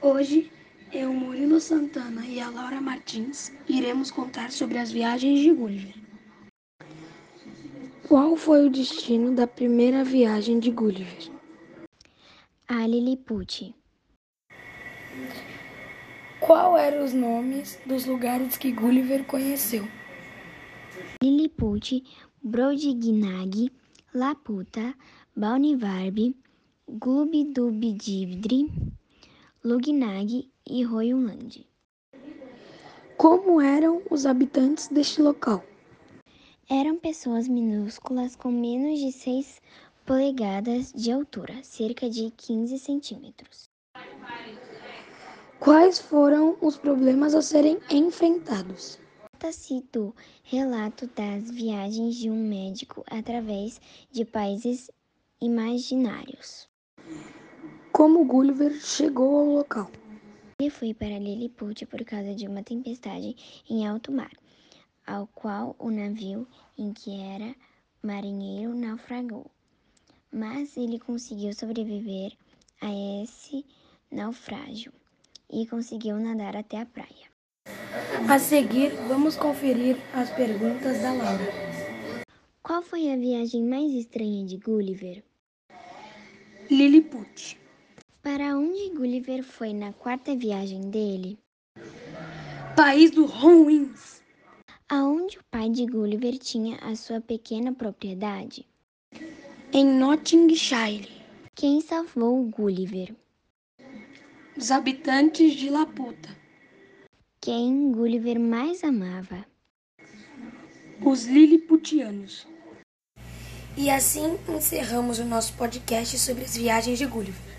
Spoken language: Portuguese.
Hoje, eu, Murilo Santana e a Laura Martins iremos contar sobre as viagens de Gulliver. Qual foi o destino da primeira viagem de Gulliver? A Lilliput. Qual eram os nomes dos lugares que Gulliver conheceu? Lilliput, Brodignag, Laputa, Balnivarb, Glubdubdibdri, Lugnag e Royunland. Como eram os habitantes deste local? Eram pessoas minúsculas com menos de 6 polegadas de altura, cerca de 15 centímetros. Quais foram os problemas a serem enfrentados? Trata-se do relato das viagens de um médico através de países imaginários. Como Gulliver chegou ao local? Ele foi para Lilliput por causa de uma tempestade em alto mar, ao qual o navio em que era marinheiro naufragou. Mas ele conseguiu sobreviver a esse naufrágio e conseguiu nadar até a praia. A seguir, vamos conferir as perguntas da Laura. Qual foi a viagem mais estranha de Gulliver? Lilliput. Para onde Gulliver foi na quarta viagem dele? País do Ruins. Aonde o pai de Gulliver tinha a sua pequena propriedade? Em Nottingshire. Quem salvou Gulliver? Os habitantes de Laputa. Quem Gulliver mais amava? Os Lilliputianos. E assim encerramos o nosso podcast sobre as viagens de Gulliver.